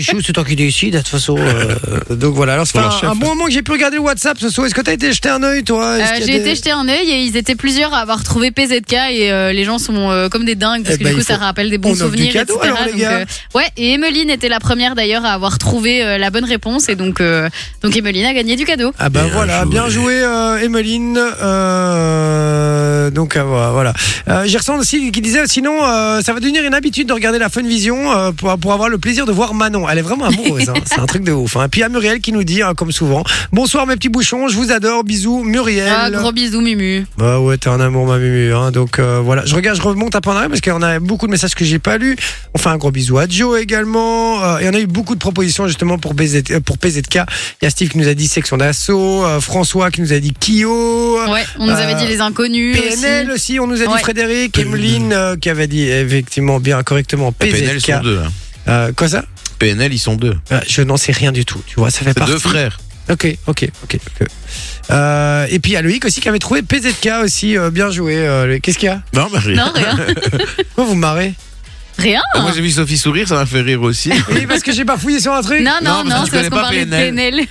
A: Chou, c'est toi qui décide de toute façon. euh, donc voilà, alors c'est
B: Pour leur
A: un,
B: chef,
A: un bon moment que j'ai pu regarder le WhatsApp ce soir. Est-ce que t'as été jeter un œil toi Est-ce
C: Euh,
A: qu'il y a
C: J'ai
A: des-
C: été jeter un œil et ils étaient plusieurs à avoir trouvé PZK et euh, les gens sont euh, comme des dingues parce
A: Eh
C: que
A: ben,
C: du
A: il
C: coup
A: faut-
C: ça rappelle des
A: on
C: bons
A: offre du
C: souvenirs,
A: cadeau,
C: etc.
A: alors, les
C: donc, euh,
A: gars.
C: ouais, et Emeline était la première d'ailleurs à avoir trouvé euh, la bonne réponse et donc euh, donc Emeline a gagné du cadeau.
A: Ah ben
B: Bien
A: voilà,
B: joué.
A: bien joué euh, Emeline. Euh, donc euh, voilà. Euh, J'ai ressenti aussi qui disait sinon euh, ça va devenir une habitude de regarder la Fun Vision euh, pour, pour avoir le plaisir de voir Manon. Elle est vraiment amoureuse, hein.
C: <laughs>
A: c'est un truc de ouf. Hein. Puis il y a Muriel qui nous dit hein, comme souvent bonsoir mes petits bouchons, je vous adore, bisous Muriel.
C: Ah, gros bisous Mumu.
A: Bah ouais, t'es un amour ma mumu. Hein. Donc euh, voilà, je regarde, je remonte un peu en arrière parce qu'on a beaucoup de messages que j'ai pas lus. On fait un gros bisou à Joe également. Euh, et on a eu beaucoup de propositions justement pour, BZ, euh, pour PZK. Il y a Steve qui nous a dit section d'assaut, euh, François qui nous a dit Kyo.
C: Ouais, on nous avait
A: Euh,
C: dit les inconnus
A: PNL
C: aussi.
A: aussi, on nous a dit
C: Ouais.
A: Frédéric, Emeline euh, qui avait dit effectivement bien correctement
B: PNL ils
A: PZK.
B: sont deux. hein.
A: Euh, quoi ça
B: PNL ils sont deux.
A: Euh, Je n'en sais rien du tout, tu vois, ça fait
B: C'est
A: partie.
B: deux frères.
A: Ok, ok, ok. ok. Euh, et puis il y a Loïc aussi qui avait trouvé PZK aussi, euh, bien joué. euh, Loïc. Qu'est-ce qu'il y a
B: Non, mais rien.
C: Non, rien.
A: <laughs> Pourquoi vous me marrez
C: Rien
B: Ah, Moi j'ai vu Sophie sourire, ça m'a fait rire aussi.
A: Oui, parce que j'ai pas fouillé sur un truc.
C: Non, non,
B: Non, parce que
C: non,
B: tu connais
C: c'est parce qu'on
B: pas
C: parlait de
B: PNL.
C: PNL.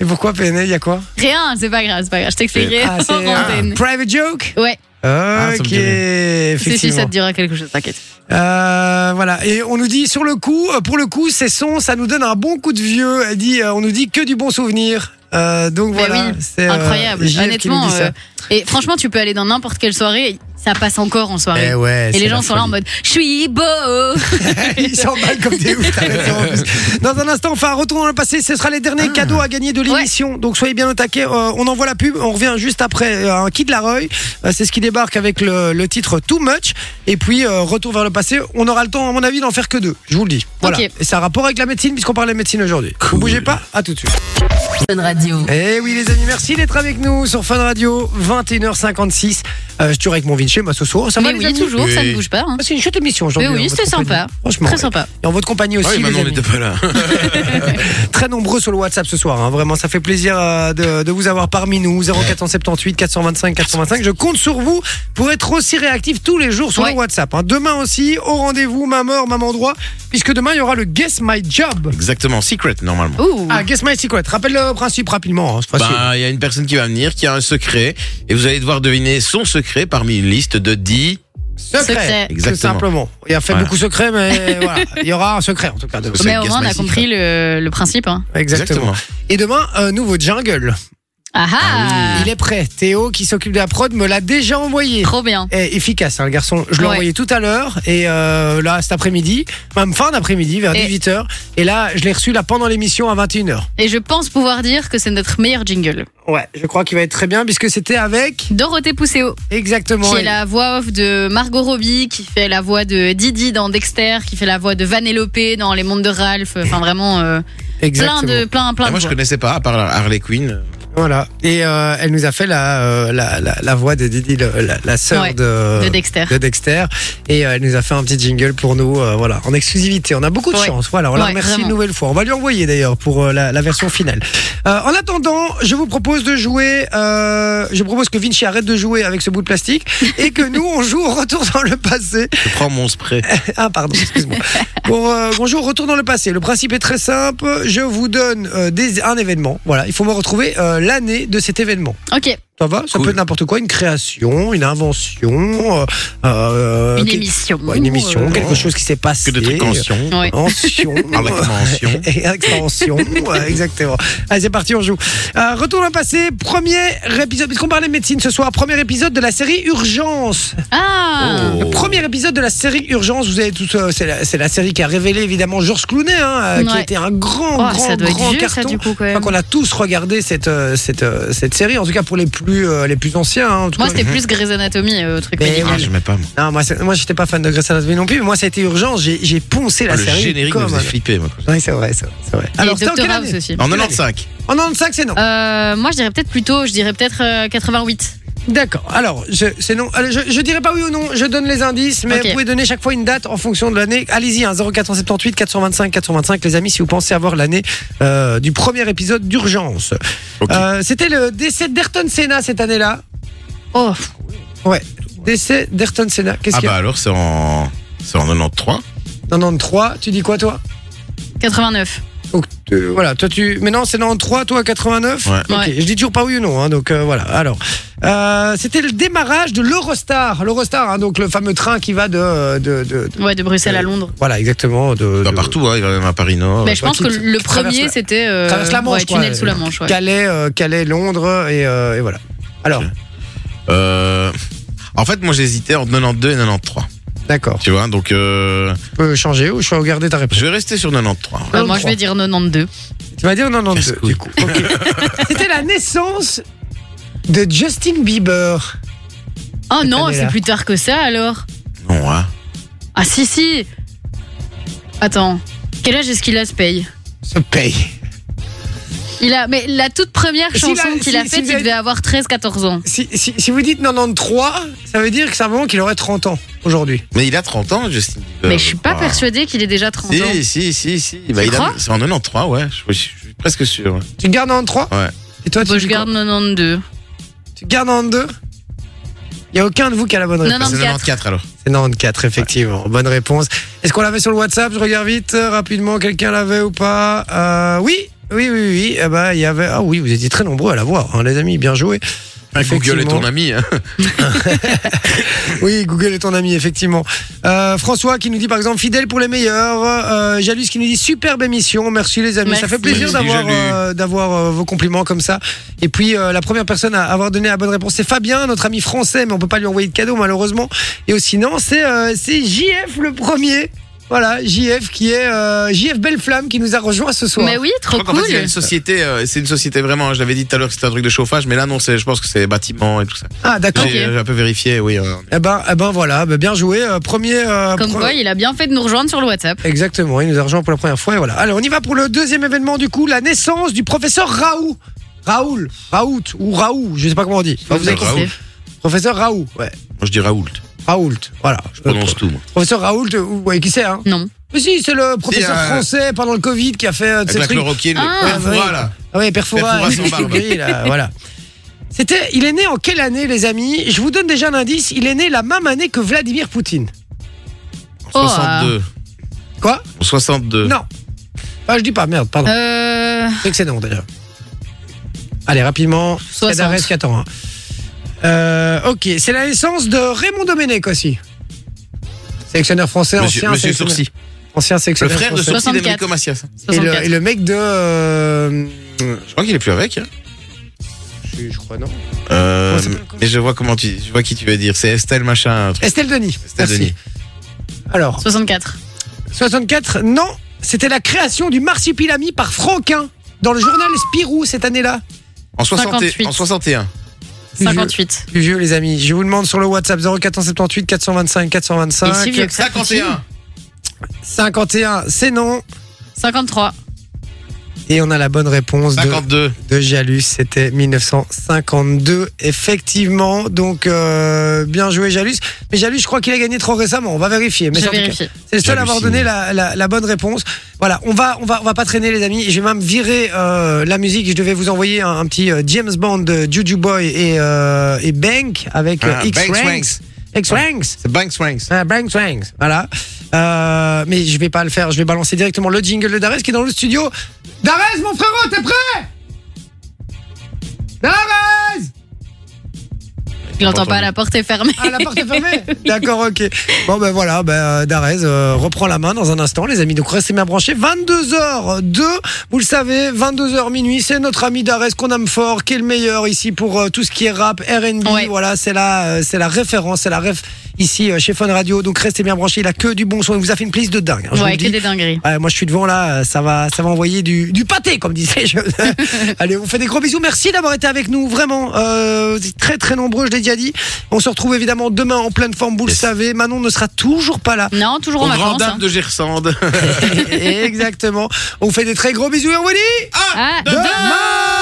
A: Et pourquoi PNL, il y a quoi
C: <laughs> Rien, c'est pas grave, c'est pas grave, je t'expliquerai
A: Ah,
C: <laughs>
A: c'est
C: hors
A: un
C: antenne.
A: private joke
C: Ouais,
B: Ah, ça me
A: Ok,
B: dit rien.
C: si, si, ça
A: effectivement.
C: te dira quelque chose, t'inquiète.
A: Euh, voilà, et on nous dit sur le coup, euh, pour le coup, ces sons, ça nous donne un bon coup de vieux. Elle dit, euh, on nous dit que du bon souvenir. Euh, donc
C: Mais
A: voilà,
C: Ben oui,
A: c'est euh,
C: Incroyable,
A: JF qui nous dit
C: honnêtement.
A: ça.
C: euh, et franchement, tu peux aller dans n'importe quelle soirée, ça passe encore en soirée.
A: Eh ouais,
C: et
A: c'est
C: les
A: la
C: gens sont là en
A: folie.
C: mode Je suis beau
A: <laughs> Ils s'emballent comme des ouf. t'as raison, en plus. Dans un instant, enfin, retour dans le passé. Ce sera les derniers
C: Ah.
A: cadeaux à gagner de l'émission. Donc soyez bien au taquet. Euh, on envoie la pub. On revient juste après euh, un Kid Laroi. Euh, c'est ce qui débarque avec le, le titre Too Much. Et puis euh, retour vers le passé. On aura le temps, à mon avis, d'en faire que deux. Je vous le dis. Voilà.
C: Ok.
A: Et ça a rapport avec la médecine puisqu'on parle de médecine aujourd'hui. Vous bougez pas. À tout de suite.
H: Fun Radio.
A: Eh oui les amis, merci d'être avec nous sur Fun Radio 21h56. Euh, je suis avec mon Vinci, moi ce soir, ça va
C: Mais vous êtes toujours, ça ne bouge pas. hein.
A: Ah, C'est une chouette émission
C: Mais
A: aujourd'hui. en
C: oui,
A: votre
C: c'était sympa.
A: compagnie. Franchement.
C: Très
A: ouais.
C: sympa.
A: Et en votre compagnie aussi.
B: Ah oui,
A: les
B: maintenant on
A: amis.
B: n'était pas là.
C: <laughs>
A: Très nombreux sur le WhatsApp ce soir. hein. Vraiment, ça fait plaisir euh, de, de vous avoir parmi nous. 0478 425 425. Je compte sur vous pour être aussi réactif tous les jours sur
C: Ouais.
A: le WhatsApp. hein. Demain aussi, au rendez-vous, même heure, même endroit, puisque demain il y aura le Guess My Job.
B: Exactement, secret normalement.
C: Ouh.
A: Ah, Guess My Secret. Rappelle le principe rapidement. hein, c'est facile.
B: Ben, il y a une personne qui va venir, qui a un secret, et vous allez devoir deviner son secret parmi une liste de 10.
A: secret.
C: secret.
A: Tout
B: Exactement.
A: simplement. Il a fait
B: Voilà.
A: beaucoup secret,
C: <laughs>
A: mais voilà. Il y aura un secret en tout cas. demain.
B: C'est
C: mais au
B: Guess
C: moins, on
B: My
C: a
B: Secret.
C: compris le, le principe. hein.
A: Exactement. Et demain, un nouveau jungle.
C: Ah ah
A: Il est prêt. Théo, qui s'occupe de la prod, me l'a déjà envoyé.
C: Trop bien.
A: est efficace, hein, le garçon. Je l'ai
C: Ouais.
A: envoyé tout à l'heure et euh, là, cet après-midi, même fin d'après-midi, vers
C: Et-
A: 18h. Et là, je l'ai reçu là pendant l'émission à 21h.
C: Et je pense pouvoir dire que c'est notre meilleur jingle.
A: Ouais, je crois qu'il va être très bien puisque c'était avec
C: Dorothée Pousseau,
A: exactement.
C: qui est
A: et-
C: la voix off de Margot Robbie, qui fait la voix de Didi dans Dexter, qui fait la voix de Vanellope dans Les Mondes de Ralph. Enfin, vraiment, euh,
A: Exactement.
C: plein de, plein, plein
B: Ah,
C: de
B: moi je
C: voix.
B: connaissais pas, à part Harley Quinn.
A: Voilà. Et euh, elle nous a fait la, euh, la, la, la voix de Didi, le- la, la sœur
C: Ouais,
A: de,
C: de Dexter.
A: de Dexter. Et euh, elle nous a fait un petit jingle pour nous, euh, voilà, en exclusivité. On a beaucoup de
C: Ouais.
A: chance. Voilà, on la
C: Ouais,
A: remercie
C: vraiment.
A: une nouvelle fois. On va lui envoyer d'ailleurs pour euh, la, la version finale. Euh, en attendant, je vous propose de jouer. euh, je propose que Vinci arrête de jouer avec ce bout de plastique et que nous on joue au retour dans le passé.
B: Je prends mon spray.
A: Ah, pardon, excuse-moi. Bon, euh, bonjour, retour dans le passé. Le principe est très simple. Je vous donne euh, des, un événement. Voilà, il faut me retrouver euh, l'année de cet événement.
C: Ok,
A: Ça va Ça
B: Cool.
A: peut être n'importe quoi, une création, une invention, euh, euh,
C: une
A: quel-
C: émission.
A: ouais, une émission,
C: Euh,
A: quelque chose qui s'est
B: Mmh. Que
A: passé.
B: de trucs en sion. Ah
C: Ouais.
B: <laughs>
A: Mention.
B: Avec
A: <laughs>
B: mention.
A: Et extension, ouais, exactement. Allez, c'est parti, on joue. Euh, retour dans le passé, premier épisode, puisqu'on parlait médecine ce soir, premier épisode de la série Urgence.
C: Ah
B: Oh.
A: Le premier épisode de la série Urgence, vous avez tous, euh, c'est la, c'est la série qui a révélé évidemment Georges Clooney, hein, euh, qui
C: Ouais.
A: était un grand,
C: Oh,
A: grand,
C: ça doit
A: grand
C: être vieux,
A: carton.
C: ça, du coup,
A: Je
C: quand même.
A: crois qu'on a tous regardé cette, euh, cette, euh, cette série, en tout cas pour les plus plus, euh, les plus anciens. hein, en tout
C: Moi,
A: cas.
C: c'était plus Grey's Anatomy, euh, truc
A: Mais
C: médical.
B: Ah, j'aimais pas, moi.
A: Non, moi, c'est- moi j'étais pas fan de Grey's Anatomy non plus, mais moi ça a été urgent, j'ai j'ai poncé la
B: le
A: série.
B: générique
A: comme
B: me faisait
A: un-
B: flipper, moi.
A: Ouais, c'est vrai, c'est vrai, c'est vrai.
C: Et
A: c'était en
C: Doctor
A: quelle
C: House
A: année
C: aussi.
B: En 95.
A: En 95, c'est non.
C: Euh, moi, je dirais peut-être plutôt, je dirais peut-être euh, 88.
A: D'accord. Alors, je, c'est non. Allez, je, je dirais pas oui ou non. Je donne les indices, mais
C: Ok.
A: vous pouvez donner chaque fois une date en fonction de l'année. Allez-y, hein, 0478 425 425, les amis, si vous pensez avoir l'année euh, du premier épisode d'urgence.
B: Ok.
A: Euh, C'était le décès d'Ayrton Senna cette année-là.
C: Oh,
A: Ouais. Décès d'Ayrton Senna. Qu'est-ce
B: Ah
A: qu'il y
B: bah
A: a
B: alors c'est en c'est en 93.
A: 93. Tu dis quoi toi
C: 89.
A: Donc, euh, voilà, toi tu. Mais non, c'est 93, toi 89.
B: Ouais.
A: Ok,
C: Ouais.
A: Je dis toujours pas oui ou non, hein, donc euh, voilà. Alors, euh, c'était le démarrage de l'Eurostar, l'Eurostar, hein, donc le fameux train qui va de, de, de- de-
C: Ouais, de Bruxelles à Londres.
A: voilà exactement de,
B: Pas
A: de-
B: partout, hein, il va même à Paris Nord.
C: Mais je
A: ouais,
C: pense
A: qui
C: que
A: t-
C: le
A: traverse
C: premier,
A: la-
C: c'était euh,
A: traverse la Manche,
C: ouais, tunnel
A: quoi.
C: sous la Manche. ouais.
A: Calais, euh, Calais, Londres et, euh, et voilà. Alors,
B: Ok. Euh, en fait, moi j'hésitais entre 92 et 93.
A: d'accord.
B: Tu vois, donc euh,
A: Tu peux changer ou je peux regarder ta réponse.
B: je vais rester sur 93.
C: Bah, moi, je vais dire 92.
A: Tu vas dire non non
B: Casse-couille.
A: du coup. Ok.
B: <laughs>
A: c'était la naissance de Justin Bieber.
C: Oh non,
A: année-là.
C: c'est plus tard que ça alors.
B: Non, hein.
C: Ah si, si. Attends, quel âge est-ce qu'il a, ce paye
A: Se paye.
C: Il a, mais la toute première
A: Si,
C: chanson
A: là,
C: qu'il
A: si,
C: a
A: si
C: faite,
A: vous
C: il
A: avez-
C: devait avoir 13-14
B: Euh,
C: ans.
A: Si, si, si vous dites 93, ça veut dire que c'est un moment qu'il aurait 30 ans aujourd'hui.
B: Mais il a 30 ans, Justin. Bieber,
C: Mais je suis pas
B: crois.
C: persuadée qu'il ait déjà 30 ans.
B: bah. Si, si, si, si. Bah,
C: Tu
B: il a-
C: crois
B: c'est en 93, ouais. Je, je suis presque sûr. ouais.
A: Tu gardes 93
B: Ouais.
A: Et toi, tu,
C: Bon,
A: dis
C: je
A: quoi
C: garde 92.
A: Tu gardes 92 Il n'y a aucun de vous qui a la bonne réponse.
C: Non,
B: Bah, C'est
C: 94.
B: 94 alors.
A: C'est 94, effectivement. Bonne réponse. Est-ce qu'on l'avait sur le WhatsApp Je regarde vite, euh, rapidement. Quelqu'un l'avait ou pas Euh, Oui, oui, oui, oui. Eh ben, il y avait... Ah oui, vous étiez très nombreux à l'avoir, hein, les amis. Bien joué.
B: Google est ton ami. hein.
A: Oui, Google est ton ami, effectivement. Euh, François qui nous dit, par exemple, fidèle pour les meilleurs. Euh, Jalus qui nous dit, superbe émission. Merci, les amis. Ça
C: Merci.
A: fait plaisir
B: Merci,
A: d'avoir
B: Jalus.
A: euh, d'avoir euh, vos compliments comme ça. Et puis, euh, la première personne à avoir donné la bonne réponse, c'est Fabien, notre ami français, mais on peut pas lui envoyer de cadeau, malheureusement. Et aussi, non, c'est euh, c'est JF le premier. Voilà, JF qui est euh, JF Belleflamme qui nous a rejoint ce soir.
C: Mais oui,
B: Je
C: trop
B: crois qu'en
C: cool.
B: fait, il y a une société, euh, c'est une société vraiment, je l'avais dit tout à l'heure que c'était un truc de chauffage, mais là, non, c'est- je pense que c'est bâtiment et tout ça.
A: Ah, d'accord.
B: J'ai j'ai un peu vérifié, oui. euh,
A: Eh ben, eh ben voilà, ben, bien joué. Euh, premier. euh,
C: Comme
A: pre-
C: quoi, il a bien fait de nous rejoindre sur le WhatsApp.
A: Exactement, il nous a rejoint pour la première fois et voilà. Allez, on y va pour le deuxième événement du coup, la naissance du professeur Raoult. Raoul, Raoult ou Raoult, je sais pas comment on dit. Enfin, vous
B: avez
A: savez
B: Raoult.
A: qui c'est. Professeur Raoult, ouais.
B: Moi, je dis Raoult.
A: Raoult, voilà.
B: Je prononce tout, moi.
A: Professeur Raoult, vous voyez qui c'est hein
C: Non.
A: Mais si, c'est le professeur
B: euh,
A: français pendant le Covid qui a fait euh, de ces
B: Avec
A: trucs.
B: le roquet,
C: Ah,
B: le perfora,
A: oui.
B: là.
A: Ah oui, Perfora, <laughs>
B: Perfora sans barbe.
A: oui, là, voilà. C'était, il est né en quelle année les amis Je vous donne déjà un indice, il est né la même année que Vladimir Poutine.
C: Oh,
B: 62.
A: Quoi
B: En 62.
A: Non. Ah, je dis pas merde, pardon.
C: Euh,
A: C'est que c'est non déjà. Allez, rapidement.
C: 60.
A: Cadarès qui attend. hein. Euh, ok, c'est la naissance de Raymond Domenech aussi. Sélectionneur français,
B: Monsieur,
A: ancien,
B: monsieur
A: sélectionneur-
B: Sourcil.
A: ancien
B: Le
A: sélectionneur
B: frère de
A: français.
B: Sourcil
C: 64.
B: d'Enrico Macias.
A: Et le,
C: 64.
A: et le mec de. euh,
B: Je crois qu'il est plus avec. hein.
A: je, je crois non.
B: Euh,
A: Comment ça s'appelle encore
B: mais je vois comment tu, je vois qui tu veux dire. C'est Estelle machin. un truc.
A: Estelle Denis.
B: Estelle
A: Merci.
B: Denis.
A: Alors,
C: 64.
A: 64, non, c'était la création du marsupilami par Franquin dans le journal Spirou cette année-là.
B: En, 60 et-
C: 58.
B: en 61.
A: Plus vieux,
C: 58.
A: plus vieux, les amis. Je vous demande sur le WhatsApp 0478 425 425.
C: Et si vieux que ça,
B: 51.
A: 51, c'est non.
C: 53.
A: Et on a la bonne réponse de,
B: 52.
A: de Jalus, c'était 1952, effectivement. Donc, euh, bien joué Jalus. Mais Jalus, je crois qu'il a gagné trop récemment, on va vérifier. Mais
C: Je
A: en tout cas,
C: vérifie.
A: c'est le seul à avoir
B: J'hallucine.
A: donné la, la- la bonne réponse. Voilà, on va, on va, on va pas traîner les amis. Je vais même virer euh, la musique. Je devais vous envoyer un, un petit euh, James Bond de Juju Boy et, euh, et Bank avec euh,
B: Ah,
A: X
B: Banks
A: Ranks. X Ranks.
B: C'est Banks Franks.
A: Ah, Bang Swang, voilà. Euh, mais je vais pas le faire, je vais balancer directement le jingle de Darès qui est dans le studio. Darès, mon frérot, t'es prêt Darès
C: Il l'entend pas, la porte est fermée.
A: Ah, la porte est fermée <laughs> D'accord, ok. Bon, ben voilà, ben, euh, Darès euh, reprend la main dans un instant, les amis. Donc restez bien branchés. 22h02, vous le savez, 22h minuit, c'est notre ami Darès qu'on aime fort, qui est le meilleur ici pour euh, tout ce qui est rap, RB.
C: Ouais.
A: Voilà, c'est la, euh, c'est la référence, c'est la ref. ici euh, chez Fun Radio. Donc restez bien branchés. Il a que du bon son. Il vous a fait une playlist de dingue. hein, je vous
C: Ouais,
A: le
C: que
A: dis.
C: des dingueries.
A: Ouais, moi je suis devant là, euh, ça va, ça va envoyer du, du pâté comme disait. Je... <laughs> Allez, on fait des gros bisous. Merci d'avoir été avec nous, vraiment. Euh, vous êtes très très nombreux, je l'ai déjà dit. On se retrouve évidemment demain en pleine forme, vous
B: Yes.
A: le savez. Manon ne sera toujours pas
C: <laughs>
A: là.
C: Non, toujours en
B: Aux grandes
C: vacances.
B: dames
C: hein.
B: de Gersande.
A: Exactement. On vous fait des très gros bisous et on vous dit
C: Ah,
B: demain